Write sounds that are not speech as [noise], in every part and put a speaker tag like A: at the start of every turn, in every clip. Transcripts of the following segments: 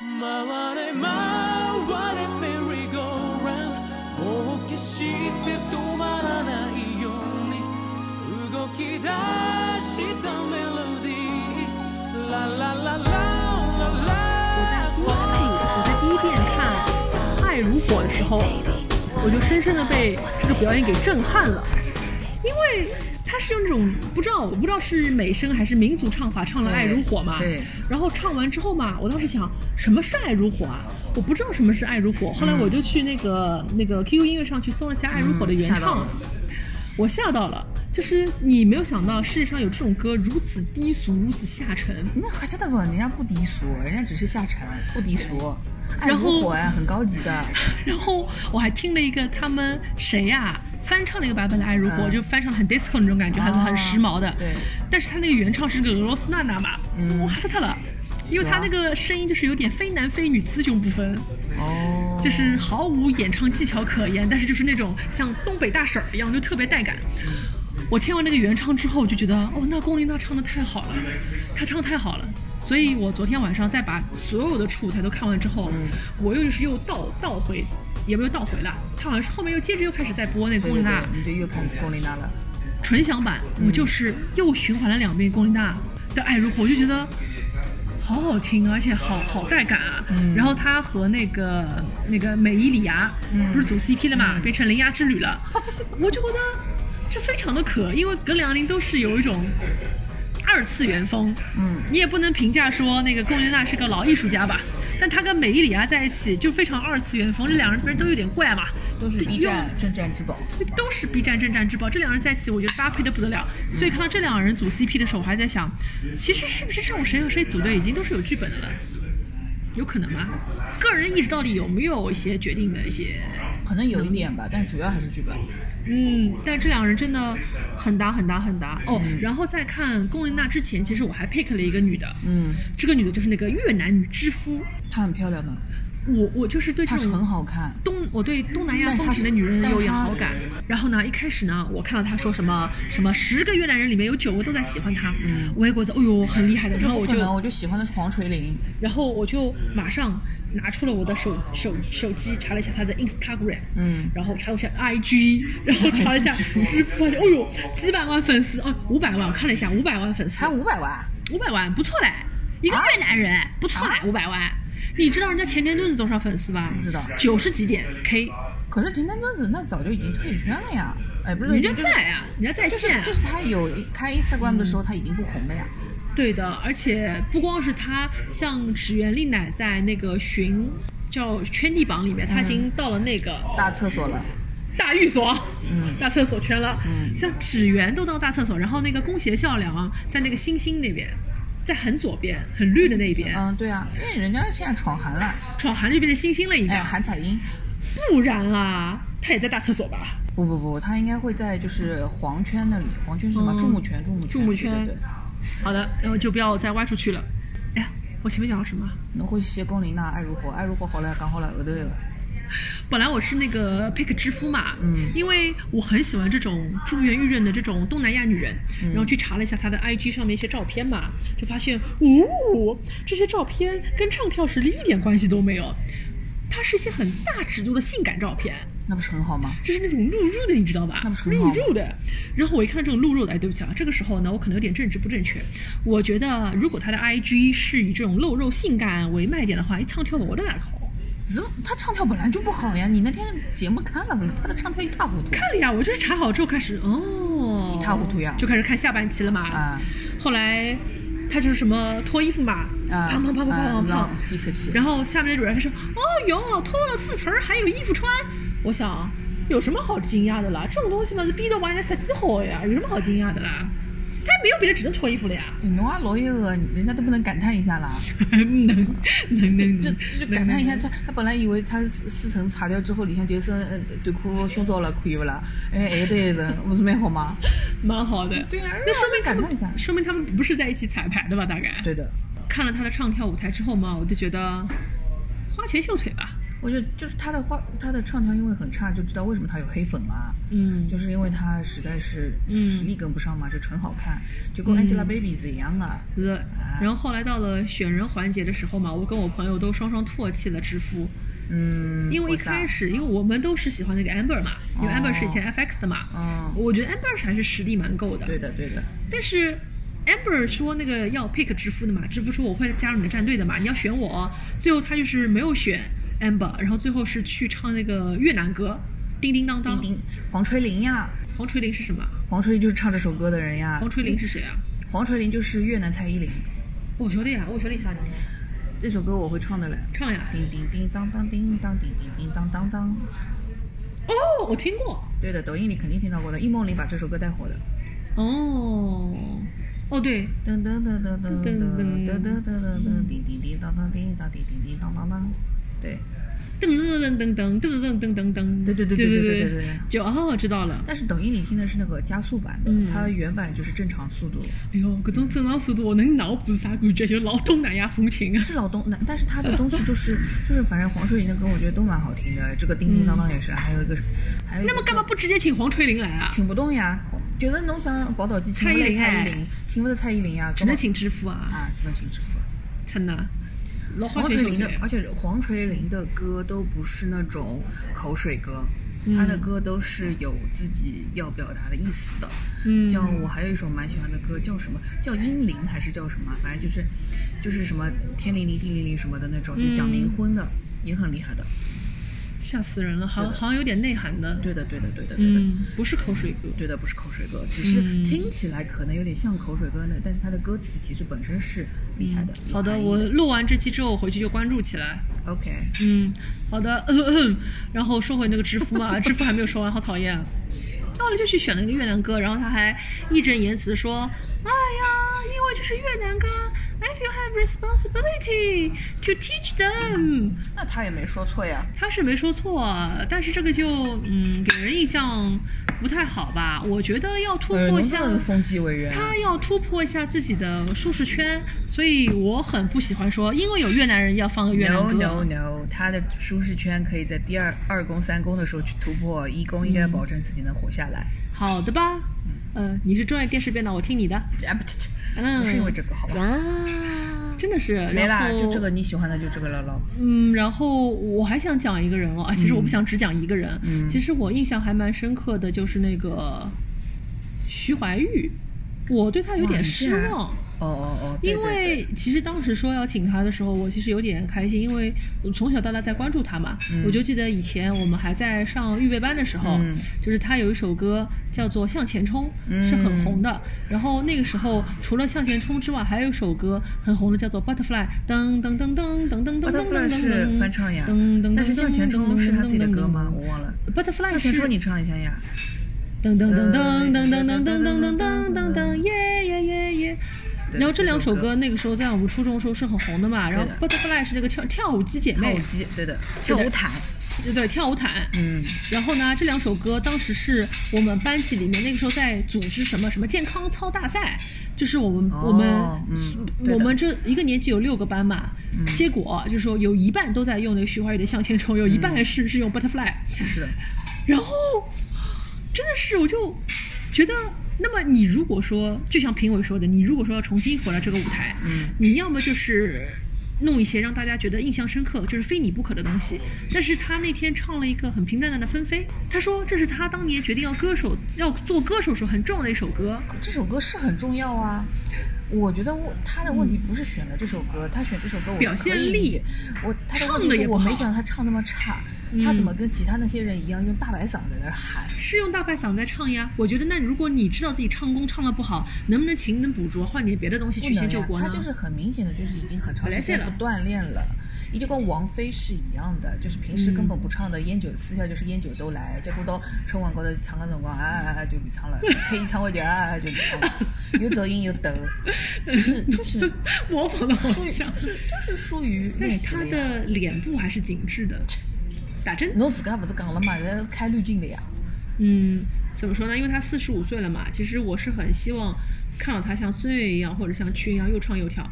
A: 回れ回れメリーゴーランドもう決して止まらないように動き出したメロディーララララララ
B: 我在 Swing，我在第一遍看《爱如火》的时候，我就深深的被这个表演给震撼了，因为他是用那种不知道我不知道是美声还是民族唱法唱了《爱如火》嘛，
C: 对
B: 然后唱完之后嘛，我当时想什么是《爱如火》啊？我不知道什么是《爱如火》，后来我就去那个、那个 QQ 音乐上去搜了一下《爱如火》的原
C: 吓到
B: 唱，
C: 了
B: 我吓到了。就是你没有想到世界上有这种歌如此低俗，如此下沉。
C: 那还真的不，人家不低俗，人家只是下沉，不低俗。爱
B: 然后
C: 如火呀，很高级的。
B: 然后我还听了一个他们谁呀、翻唱了一个版本的《爱如火》，
C: 嗯
B: 就翻唱很 disco 那种感觉，很、
C: 哦
B: 很时髦的。
C: 对。嗯
B: 但是他那个原唱是个俄罗斯娜娜嘛，我哈死他了，因为他那个声音就是有点非男非女，雌雄不分，
C: 哦，
B: 就是毫无演唱技巧可言，但是就是那种像东北大婶儿一样，就特别带感。我听完那个原唱之后，我就觉得，哦，那龚琳娜唱的太好了，她唱得太好了。所以我昨天晚上再把所有的初舞台都看完之后，
C: 嗯
B: 我又是又倒倒回，也没有倒回了，她好像是后面又接着又开始在播那个
C: 对
B: 龚
C: 对
B: 琳娜
C: 对，你就又看龚琳娜了。
B: 纯享版，
C: 嗯
B: 我就是又循环了两遍龚琳娜的《爱如火》，我就觉得好好听，啊而且
C: 嗯
B: 好好带感啊。然后她和那个那个美伊里芽、
C: 嗯
B: 不是组 CP 了嘛，变成铃芽之旅
C: [laughs]
B: 了，我就觉得这非常的可，因为格两林都是有一种。二次元风，嗯，你也不能评价说那个龚琳娜是个老艺术家吧，但她跟美伊里芽在一起就非常二次元风，这两人不是都有点怪嘛，
C: 都是 B
B: 用
C: 站镇站之宝，
B: 都是 B 站正战之宝，这两人在一起，我觉得搭配的不得了。所以看到这两人组 CP 的时候，我还在想，其实是不是这种谁和谁组队已经都是有剧本的了？有可能吗？个人意志到底有没有一些决定的一些？
C: 可能有一点吧，但主要还是剧本。
B: 嗯，但这两人真的很搭，很搭，很搭哦。
C: 嗯
B: 然后在看龚琳娜之前，其实我还 pick 了一个女的，
C: 嗯，
B: 这个女的就是那个越南女之夫。
C: 她很漂亮的，
B: 我我就是对
C: 她
B: 这种
C: 很好看。
B: 东，我对东南亚
C: 但
B: 风
C: 他
B: 情
C: 是
B: 的女人
C: 但
B: 有点
C: 他
B: 好感。然后呢，一开始呢，我看到他说什么什么十个越南人里面有九个都在喜欢他，我也觉得哎呦很厉害的。然后我
C: 嗯不可
B: 就，
C: 能，我就喜欢的是黄垂玲。
B: 然后我就马上拿出了我的手手手机查了一下他的 Instagram，
C: 嗯，
B: 然后查了一下 IG，然后查了一
C: [laughs]
B: 下你是发现，哦呦几百万粉丝哦五百万，我看了一下五百万粉丝
C: 才，五百万，
B: 五百万不错嘞，一
C: 啊
B: 个越南人、不错嘞，五百万。你知道人家前田敦子多少粉丝吧？
C: 不知道
B: 九十几点 K。
C: 可是陈丹墩子那早就已经退圈了呀。哎，不是，
B: 人家
C: 就是
B: 在啊，人家在
C: 就是
B: 线啊，
C: 就是她有开 Instagram 的时候，她已经不红了呀。
B: 对的。而且不光是他，像指原丽乃在那个寻叫圈地榜里面，他
C: 嗯
B: 已经到了那个
C: 大厕所了，
B: 大寓所、
C: 嗯
B: [laughs] 大厕所圈了。像指原都到大厕所，然后那个宫胁孝良啊在那个星星那边，在很左边很绿的那边，
C: 嗯，对啊，因为人家现在闯韩了，
B: 闯韩就变成星星了应该。
C: 哎，韩彩英，
B: 不然啊，他也在大厕所吧？
C: 不不不，她应该会在就是黄圈那里，黄圈是什么？
B: 嗯
C: 注目权，注目权，
B: 注目圈
C: 对对对，
B: 好的，那我就不要再歪出去了。哎呀，我前面讲了什么？啊
C: 侬欢喜龚琳娜、爱如火，爱如火好了，讲好了后头一个，
B: 本来我是那个 pick 知夫嘛，
C: 嗯
B: 因为我很喜欢这种珠圆玉润的这种东南亚女人，
C: 嗯
B: 然后去查了一下她的 IG 上面一些照片嘛，就发现，哦，这些照片跟唱跳实力一点关系都没有，它是一些很大尺度的性感照片，
C: 那不是很好吗？
B: 就是那种露肉的，你知道吧
C: 那不是？很好
B: 露
C: 吗
B: 肉的。然后我一看这种露肉的，哎，对不起啊，这个时候呢，我可能有点政治不正确。我觉得如果她的 IG 是以这种露肉性感为卖点的话，一唱跳我的哪口？
C: 只是她唱跳本来就不好呀，你那天节目看了吗？她的唱跳一塌糊涂，
B: 看了呀，我就是查好之后开始，哦，
C: 一塌糊涂呀
B: 就开始看下半期了嘛。
C: 啊
B: 后来他就是什么脱衣服嘛，
C: 啊，
B: 胖胖胖胖胖胖
C: 浪
B: 胖。
C: fit 起，
B: 然后下面的主人他说，哦哟，脱了四层儿还有衣服穿。我想有什么好惊讶的啦？这种东西嘛是逼着玩人家设计好的呀，有什么好惊讶的啦？他也没有别的，只能脱衣服
C: [laughs]
B: 了呀。
C: 哎侬也老一个，人家都不能感叹
B: [laughs]
C: 一下啦。
B: 能能能能
C: 这
B: 能
C: 这就感叹一下，他他本来以为他四四层擦掉之后，里向就是呃短裤胸罩了，可以不啦？哎，还得一层，不是蛮好吗？
B: 蛮好的。
C: 对呀
B: 那说明他
C: 让人感叹一下
B: 们说明他们不是在一起彩排的吧？大概
C: 对的，
B: 看了他的唱跳舞台之后嘛，我就觉得花拳绣腿吧，
C: 我觉得就是他的话，他的唱腔因为很差，就知道为什么他有黑粉了。
B: 嗯
C: 就是因为他实在是
B: 嗯
C: 实力跟不上嘛，就纯好看，就跟 Angelababy 是一样啊的。
B: 对的。然后后来到了选人环节的时候嘛，我跟我朋友都双双唾弃了知乎，
C: 嗯，
B: 因为一
C: 我知道哦
B: 开，始，因为我们都是喜欢那个 Amber 嘛，因为 Amber 是以前 FX 的嘛，
C: 嗯，
B: 我觉得 Amber 还是实力蛮够的。
C: 对的对的，
B: 但是 Amber 说那个要 pick 知乎的嘛，知乎说我会加入你的战队的嘛，你要选我哦。最后他就是没有选 Amber，然后最后是去唱那个越南歌，叮叮当当。
C: 丁丁黄垂玲呀，
B: 黄垂玲是什么？
C: 黄垂玲就是唱这首歌的人呀
B: 黄，垂玲是谁啊？
C: 黄垂玲就是越南蔡依林，
B: 我晓得呀，我晓得啥人呀？
C: 这首歌我会唱的嘞。
B: 唱呀！
C: 叮叮叮当当叮当叮叮叮当当当，
B: 哦，我听过。
C: 对的，抖音里肯定听到过的。易梦玲把这首歌带火的。
B: 哦，哦对，
C: 噔噔噔噔噔噔噔噔噔噔噔，叮叮叮当当叮当叮叮叮当当当，对。
B: 噔噔噔噔噔噔噔噔噔噔。
C: 对对
B: 对对
C: 对对对对对对
B: 就哦，知道了。
C: 但是抖音里听的是那个加速版的，
B: 嗯
C: 它原版就是正常速度，
B: 哎哟，搿种正常速度，我能脑补是啥感觉？就老东南亚风情啊！
C: 是老东南，但是它的东西就是 [laughs] 就是，反正黄水玲的歌我觉得都蛮好听的，这个叮叮当当也是，还有一个是还有一
B: 嗯
C: 个
B: 那么干嘛不直接请黄垂玲来啊？
C: 请不动呀？就是侬想宝岛鸡请不来
B: 蔡依林
C: 蔡
B: 哎
C: 依林，请不来蔡依林呀，
B: 只能请知乎啊！
C: 啊，只能请支付。
B: 真的，老花
C: 黄
B: 水
C: 垂
B: 手
C: 玲的，
B: 的。
C: 而且黄垂玲的歌都不是那种口水歌，
B: 嗯
C: 她的歌都是有自己要表达的意思的。
B: 嗯
C: 像我还有一首蛮喜欢的歌，叫什么？叫《英灵》还是叫什么？反正就是，就是什么天灵灵地灵灵什么的那种，就讲
B: 嗯
C: 冥婚的，也很厉害的。
B: 吓死人了，好像
C: 对的
B: 好像有点内涵的。
C: 对的，对的，对的，对的。
B: 嗯，不是口水歌。
C: 对的，不是口水歌，只是听起来可能有点像口水歌呢，但是它的歌词其实本身是厉害的。
B: 嗯
C: 有
B: 好的，
C: 含义
B: 我录完这期之后，我回去就关注起来。
C: OK，
B: 嗯，好的。 [clears throat] 咳咳然后说回那个知乎嘛， [laughs] 知乎还没有说完，好讨厌。后来就去选了一个越南歌，然后他还义正言辞地说：“哎呀，因为这是越南歌，I feel have responsibility to teach them。”
C: 那他也没说错呀。
B: 他是没说错，但是这个就嗯给人印象不太好吧？我觉得要突
C: 哎
B: 破一下，
C: 风纪委员
B: 他要突破一下自己的舒适圈，所以我很不喜欢说，因为有越南人要放越南
C: No
B: 歌。
C: no no，他的舒适圈可以在第二二公三公的时候去突破，一公应该保证自己能活下来。
B: 好的吧，呃，你是专业电视编导，我听你的，
C: 啊不这这，
B: 嗯
C: 不是因为这个，好吧？
B: 真的是。
C: 没
B: 然
C: 啦，
B: 后
C: 就这个你喜欢的就这个了喽。
B: 嗯，然后我还想讲一个人哦，啊，其
C: 嗯
B: 实我不想只讲一个人，其实我印象还蛮深刻的就是那个徐怀钰，我对他有
C: 哇
B: 点
C: 你竟
B: 失
C: 然
B: 望。
C: 哦哦哦，对
B: 因
C: 对对
B: 为其实当时说要请他的时候，我其实有点开心，因为我从小到大在关注他嘛。我就记得以前我们还在上预备班的时候，
C: 嗯
B: 就是他有一首歌叫做《向前冲》，是很红的。然后那个时候除了《向前冲》之外，还有一首歌很红的，叫做《Butterfly》，噔噔噔噔噔噔噔噔噔
C: Butterfly
B: 噔
C: 是
B: 噔，
C: 翻唱呀
B: 噔噔，
C: 但是向前冲是他自己的歌吗？我忘了。
B: ？Butterfly
C: 向
B: 是
C: 前冲你唱一下呀。嗯
B: 噔噔噔噔噔噔噔噔噔噔噔噔，耶耶耶耶。然后这两首歌那个时候在我们初中的时候是很红的嘛，然后
C: 对
B: Butterfly 是那个跳跳舞机姐
C: 跳
B: 妹
C: 舞，机，对的，
B: 对
C: 跳
B: 的
C: 舞毯。
B: 对对，跳舞毯。
C: 嗯，
B: 然后呢，这两首歌当时是我们班级里面那个时候在组织什么什么健康操大赛，就是我们、
C: 哦
B: 我们、
C: 嗯对的嗯
B: 我们这一个年级有六个班嘛，结果就是说有一半都在用那个徐怀钰的《向前冲》，有一
C: 嗯
B: 半是、是用 Butterfly。
C: 是的，
B: 然后真的是，我就觉得，那么你如果说，就像评委说的，你如果说要重新回到这个舞台，
C: 嗯，
B: 你要么就是弄一些让大家觉得印象深刻，就是非你不可的东西。但是他那天唱了一个很平淡淡的《纷飞》，他说这是他当年决定要歌手要做歌手时候很重要的一首歌。
C: 这首歌是很重要啊。我觉得我他的问题不是选了这首歌，他选这首歌我
B: 嗯
C: 是
B: 表现
C: 可以
B: 力
C: 理解我他的问
B: 唱得
C: 题
B: 也
C: 是
B: 不
C: 我没
B: 好嗯
C: 想到他唱那么差，他怎么跟其他那些人一样用大白嗓在那儿喊？
B: 是用大白嗓在唱呀，我觉得那如果你知道自己唱功唱的不好，能不能勤能补拙，换点别的东西
C: 不
B: 曲线
C: 能
B: 救
C: 呀
B: 国，呢？
C: 他就是很明显的就是已经很长
B: 本来
C: 时间
B: 是了
C: 不锻炼了。也就跟王菲是一样的，就是平时根本不唱的，烟酒私下就是烟酒都来，结果到春晚高头唱个辰光，啊啊啊就离场了，开演唱会就啊啊啊就离场了，又走音又抖，就是就是
B: 模仿的好
C: 属于
B: 像
C: 就。是就是属于
B: 但
C: 练
B: 是
C: 习
B: 他
C: 呀。
B: 的脸部还是紧致的，打针。
C: 侬自家不是讲了嘛，这是开滤镜的呀。
B: 嗯，怎么说呢？因为他四十五岁了嘛，其实我是很希望看到他像孙悦一样，或者像屈一样又唱又跳。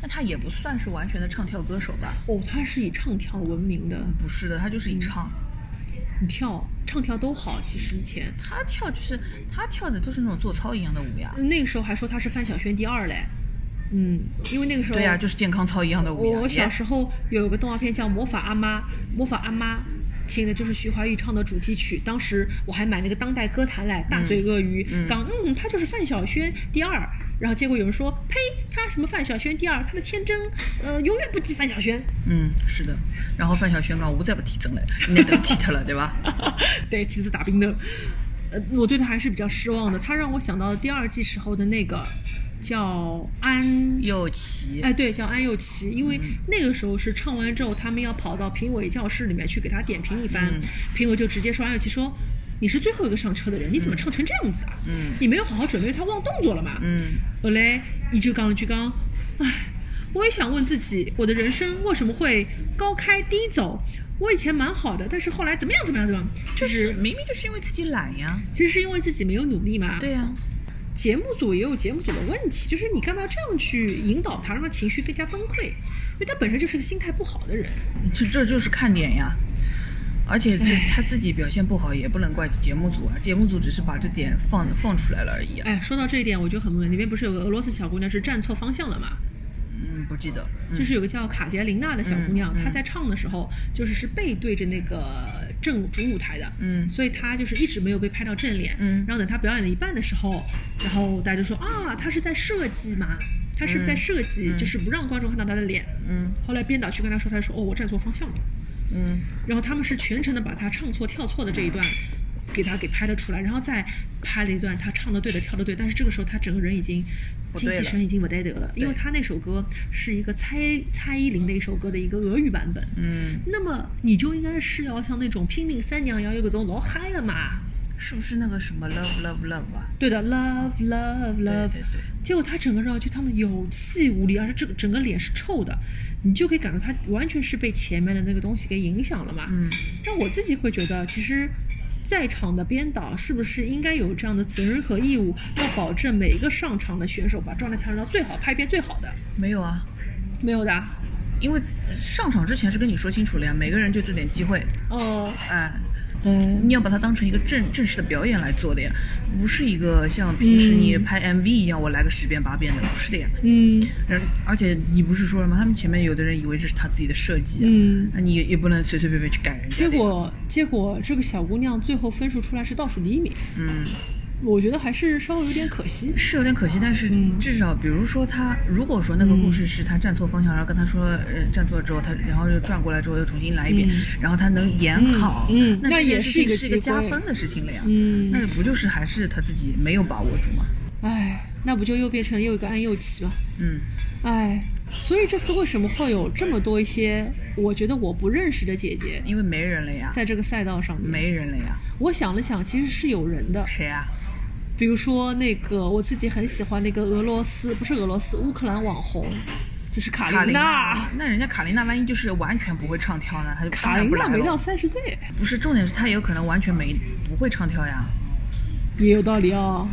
C: 但他也不算是完全的唱跳歌手吧？
B: 哦，他是以唱跳闻名的，
C: 不是的，他就是一唱，
B: 你跳唱跳都好。其实以前
C: 他跳就是他跳的都是那种做操一样的舞呀。
B: 那个时候还说他是范晓萱第二嘞，嗯，因为那个时候
C: 对呀、就是健康操一样的舞呀。
B: 我我小
C: 耶
B: 时候有个动画片叫《魔法阿妈》，《魔法阿妈》请的就是徐怀钰唱的主题曲。当时我还买那个当代歌坛来，《大嘴鳄鱼》刚嗯，他就是范晓萱第二。然后结果有人说，呸，他什么范晓萱第二，他的天真，呃，永远不及范晓萱。 [laughs]
C: 嗯，是的。然后范晓萱讲：“我再不提真了，你都踢掉了，对吧？”
B: 对，棋子打冰的。呃，我对他还是比较失望的。他让我想到第二季时候的那个叫安
C: 又奇，
B: 哎，对，叫安又琪，因
C: 嗯
B: 为那个时候是唱完之后，他们要跑到评委教室里面去给他点评一
C: 嗯
B: 番，评委就直接说安又琪说。你是最后一个上车的人，你怎么唱成这样子啊？嗯，你没有好好准备，他忘动作了嘛？
C: 嗯，
B: 后来一句杠一句杠，唉，我也想问自己，我的人生为什么会高开低走？我以前蛮好的，但是后来怎么样怎么样怎么样？就
C: 就是
B: 是
C: 明明就是因为自己懒呀。
B: 其实是因为自己没有努力嘛。
C: 对呀、
B: 节目组也有节目组的问题，就是你干嘛要这样去引导他，让他情绪更加崩溃？因为他本身就是个心态不好的人。
C: 嗯这这就是看点呀。而且这他自己表现不好，也不能怪节目组啊，节目组只是把这点放放出来了而已啊。
B: 哎，说到这一点，我就很问，里面不是有个俄罗斯小姑娘是站错方向了嘛？
C: 嗯，不记得。嗯
B: 就是有个叫卡捷琳娜的小姑娘，她在唱的时候就是是背对着那个正主舞台的，
C: 嗯
B: 所以她就是一直没有被拍到正脸，
C: 嗯
B: 然后等她表演了一半的时候，然后大家就说啊，她是在设计嘛，她是不是在设计，就是不让观众看到她的脸，
C: 嗯，
B: 后来编导去跟她说，她说哦，我站错方向了，
C: 嗯，
B: 然后他们是全程的把她唱错跳错的这一段。给她给拍了出来，然后再拍了一段她唱的对的跳的对，但是这个时候她整个人已经
C: 不
B: 精
C: 对
B: 气
C: 了
B: 神已经不对得了，因为他那首歌是一个蔡蔡依林的一首歌的一个俄语版本。
C: 嗯，
B: 那么你就应该是要像那种拼命三娘一样，有个种老嗨了嘛。
C: 是不是那个什么 love love love 啊？
B: 对的，love love
C: 对
B: love。
C: 对对，
B: 结果他整个人就唱的有气无力，而且这个整个脸是臭的，你就可以感觉他完全是被前面的那个东西给影响了嘛。
C: 嗯，
B: 但我自己会觉得，其实，在场的编导是不是应该有这样的责任和义务，要保证每一个上场的选手把状态调整到最好，拍片最好的？
C: 没有啊，
B: 没有的啊。
C: 因为上场之前是跟你说清楚了呀，每个人就这点机会，
B: 哦，
C: 哎，
B: 嗯，
C: 你要把它当成一个正正式的表演来做的呀，不是一个像平时你拍 MV 一样，我来个十遍八遍的，不是的呀。
B: 嗯，
C: 然而且你不是说了吗？他们前面有的人以为这是他自己的设计，啊
B: 嗯，
C: 那你也也不能随随便便去改人家
B: 结
C: 的。
B: 果结果这个小姑娘最后分数出来是倒数第一名，
C: 嗯，
B: 我觉得还是稍微有点可惜。
C: 是有点可惜，但是
B: 嗯
C: 至少比如说他，如果说那个故事是他站错方向，然后跟他说，呃，站错了之后，他然后又转过来之后又重新来一遍，然后他能演好，
B: 嗯嗯嗯
C: 那
B: 那
C: 这件
B: 也
C: 事
B: 是一
C: 情
B: 个
C: 是一个
B: 机
C: 加
B: 会
C: 分的事情了呀。
B: 嗯
C: 那不就是还是他自己没有把握住吗？
B: 唉，那不就又变成又一个安又琪吗？
C: 嗯。
B: 唉，所以这次为什么会有这么多一些我觉得我不认识的姐姐
C: 因为没人了呀，
B: 在这个赛道上面？
C: 没人了呀，
B: 我想了想，其实是有人的，
C: 谁啊？
B: 比如说那个我自己很喜欢那个俄罗斯，不是俄罗斯，乌克兰网红，就是卡
C: 卡
B: 琳
C: 琳
B: 娜
C: 娜。。那人家卡琳娜万一就是完全不会唱跳呢？她就当
B: 卡
C: 然
B: 琳
C: 不
B: 娜
C: 来
B: 没到
C: 了。
B: 三十岁，
C: 不是，重点是她有可能完全没不会唱跳呀。
B: 也有道理哦。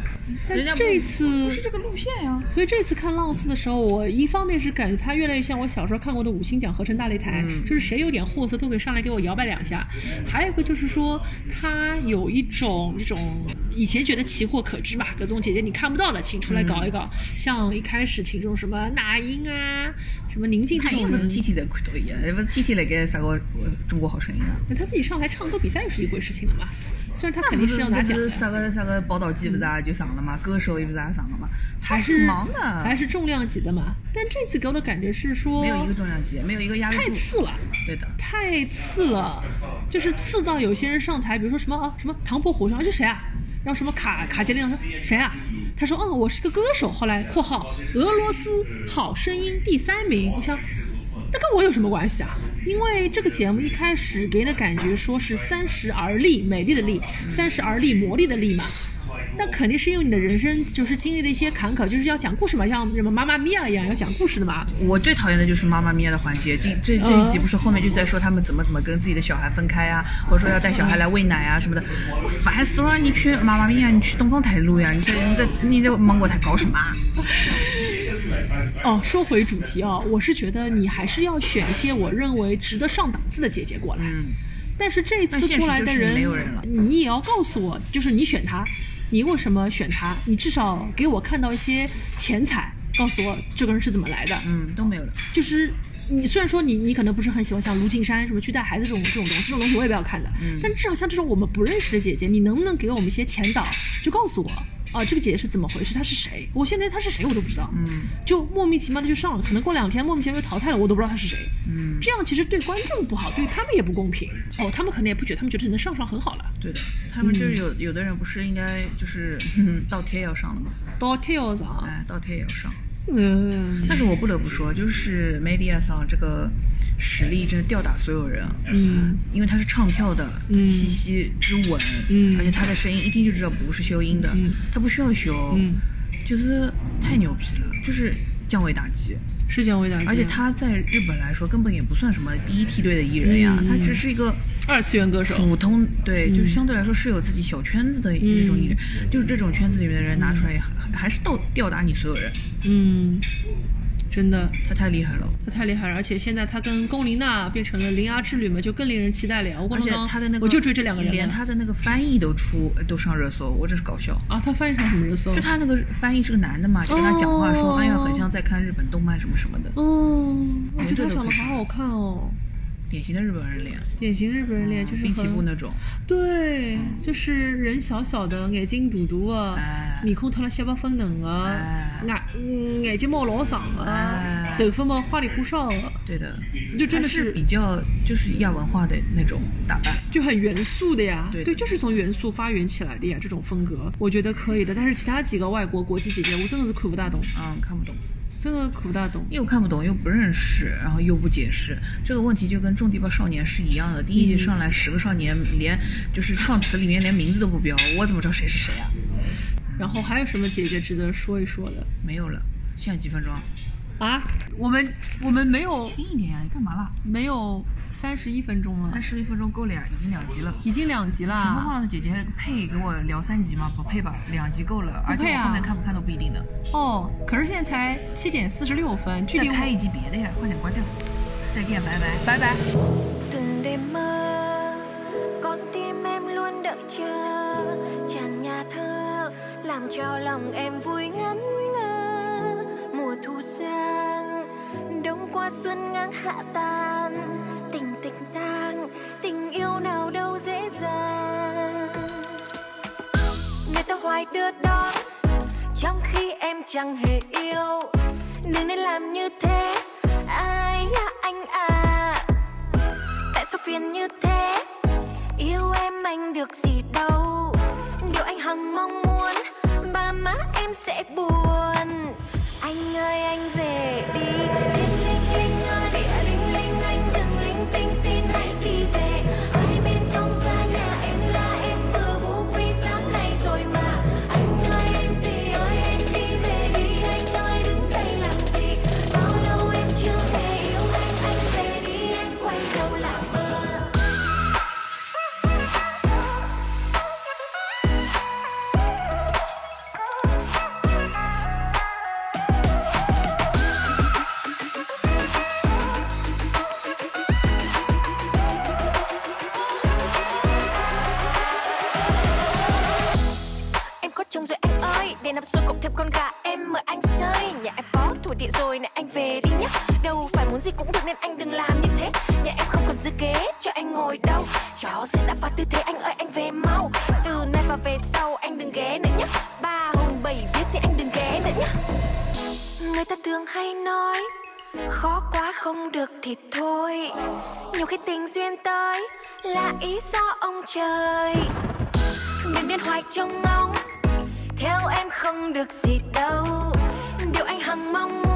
B: 但
C: 人家不
B: 这次
C: 不是这个路线呀。
B: 所以这次看《浪四》的时候，我一方面是感觉他越来越像我小时候看过的五星奖合成大擂台，就是谁有点货色都可以上来给我摇摆两下。还有一个就是说，他有一种这种以前觉得奇货可居嘛，各种姐姐你看不到的，请出来搞一搞。像一开始请这种什么那英啊，什么宁静这
C: 那
B: 种
C: 应该是
B: 人，
C: 天天在看到伊啊，不是天天来盖啥个呃中国好声音啊？
B: 他自己上台唱歌比赛又是一回事情了嘛。虽然他肯
C: 不
B: 定
C: 是
B: 是要
C: 那
B: 拿
C: 不
B: 奖
C: 是
B: 的。
C: 啥个啥个宝岛鸡不是也就上了嘛，歌手也不是也上了嘛，她
B: 还是
C: 忙的，
B: 还是重量级的嘛？但这次给我的感觉是说，
C: 没有一个重量级，没有一个压得
B: 太
C: 住。
B: 次了。
C: 对的，
B: 太次了，就是次到有些人上台，比如说什么啊什么唐伯虎上，啊这谁啊？然后什么卡卡捷琳娜说谁啊？他说嗯，我是个歌手。后来（括号俄罗斯好声音第三名），我想那跟我有什么关系啊？因为这个节目一开始给人的感觉说是三十而立，美丽的丽，三十而立，磨砺的砺嘛。那肯定是因为你的人生就是经历了一些坎坷，就是要讲故事嘛，像什么妈妈咪呀一样要讲故事的嘛。
C: 我最讨厌的就是妈妈咪呀的环节，这这
B: 嗯
C: 这一集不是后面就在说他们怎么怎么跟自己的小孩分开啊，或者说要带小孩来喂奶啊什么的，我烦死了！你去妈妈咪呀，你去东方台录呀，你在你在你在芒果台搞什么啊？
B: 哦，说回主题啊，我是觉得你还是要选一些我认为值得上档次的姐姐过来。
C: 嗯，
B: 但是这次
C: 那现实
B: 过来
C: 就
B: 的
C: 是没有人了
B: 你也要告诉我，就是你选他，你为什么选他？你至少给我看到一些钱财，告诉我这个人是怎么来的。
C: 嗯，都没有了。
B: 就是你虽然说你你可能不是很喜欢像卢靖姗什么去带孩子这种这种东西，这种东西我也不要看的。但至少像这种我们不认识的姐姐，你能不能给我们一些前导，就告诉我啊，这个姐姐是怎么回事，她是谁？我现在她是谁我都不知道，嗯，就莫名其妙的就上了，可能过两天莫名其妙就淘汰了，我都不知道她是谁。嗯，这样其实对观众不好，对他们也不公平。哦，他们可能也不觉得，他们觉得能上上很好了。
C: 对的，他们
B: 嗯
C: 就是有、有的人不是应该就是、 [laughs] 倒贴要上的嘛，
B: 到 Tales 啊，
C: 哎，倒贴也要上。
B: 嗯，
C: 但是我不得不说，就是梅丽亚桑这个实力真的吊打所有人，啊
B: 嗯，
C: 因为她是唱跳的，气息之稳，
B: 嗯
C: 而且她的声音一听就知道不是修音的，她不需要修，
B: 嗯
C: 就是太牛逼了，就是降维打击。
B: 是姜维达，
C: 而且她在日本来说根本也不算什么第一梯队的艺人呀，
B: 嗯
C: 她只是一个
B: 二次元歌手，
C: 普通，对，
B: 嗯
C: 就相对来说是有自己小圈子的这种艺人，就是这种圈子里面的人拿出来也还还是吊吊打你所有人，
B: 嗯，真的。
C: 她太厉害了。
B: 他太厉害了，而且现在他跟龚琳娜变成了铃芽之旅嘛，就更令人期待了呀。我
C: 而
B: 光
C: 且
B: 刚
C: 他的那个，
B: 嗯我就追这两个人了
C: 连他的那个翻译都出呃都上热搜，我真是搞笑。
B: 啊，他翻译成什么热搜？
C: 就他那个翻译是个男的嘛，就跟他讲话说，
B: 哦
C: 哎呀，很像在看日本动漫什么什么的，
B: 哦，我觉得
C: 这
B: 他
C: 个
B: 长得
C: 可以
B: 好好看哦，
C: 典型的日本人脸，
B: 典型日本人脸，就是
C: 滨崎步
B: 很
C: 那种。
B: 对，就是人小小的，眼睛啊大大
C: 哎
B: 的，面孔塌了血白粉嫩的
C: 哎，
B: 啊眼嗯眼睫毛老长
C: 哎
B: 的，头发嘛花里胡哨的，啊
C: 对的，
B: 就真的
C: 还啊是
B: 是
C: 比较就是亚文化的那种打扮。
B: 就很元素的呀，
C: 对的
B: 就是从元素发源起来的呀，这种风格我觉得可以的。但是其他几个外国国际姐姐，我真的是看不大懂，
C: 嗯，看不懂，
B: 真的看不大懂。
C: 又看不懂，又不认识，然后又不解释，这个问题就跟《种地吧少年》是一样的。第
B: 嗯
C: 一集上来十个少年，连就是唱词里面连名字都不标，我怎么知道谁是谁啊？
B: 然后还有什么姐姐值得说一说的
C: 没有了，现在几分钟啊？
B: 啊？我们我们没有
C: 轻一点呀，你干嘛啦？
B: 没有三十一分钟了
C: 但，是一分钟够了呀，已经两集了。
B: 已经两集
C: 乘风破
B: 啦。
C: 浪的姐姐配给我聊三集吗？不配吧，两集够了，而且
B: 配
C: 我
B: 啊
C: 后面看不看都不一定的。
B: 哦，可是现在才七点四十六分，距
C: 再
B: 离我
C: 开一集别的呀，快点关掉。再见，拜拜。
B: 拜拜。
D: từng đêm mơ con tim em luôn đợi chờ chàng nhà thơ làm cho lòng em vui ngắn ngơ mùa thu sang đông qua xuân ngang hạ tan tình tịch tang tình yêu nào đâu dễ dàng người ta hoài đưa đón trong khi em chẳng hề yêu đừng nên làm như thế ai à anh à Tại sao phiền như thế Yêu em anh được gì đâu Điều anh hằng mong muốn Ba má em sẽ buồn Anh ơi anh về đi Linh linh linh ơi địa linh linh Anh đừng linh tinh xin hãy đi về Hai bên thông xa nhà em là em vừa vũ quy sáng nay rồi mà Anh ơi anh gì ơi anh đi về đi Anh ơi đứng đây làm gì Bao lâu em chưa hề yêu anh Anh về đi anh quay đầu làm ơn Em có chồng rồi anh ơi Để năm xuân cộng thêm con gà em mời anh chơi Nhà em có thổ địa rồi này anh về đi nhá Đâu phải muốn gì cũng được nên anh đừng làm như thế Nhà em không còn dư ghế cho anh ngồi đâu Chó sẽ đã vào tư thế anh ơi anh về mau Từ nay và về sau anh đừng ghé nữa nhá Ba hồn bảy vía xin anh đừng ghé nữa nhá Người ta thường hay nói Khó quá không được thì thôi Nhiều khi tình duyên tới Là ý do ông trời đừng nên hoài trong ngóng theo em không được gì đâu điều anh hằng mong muốn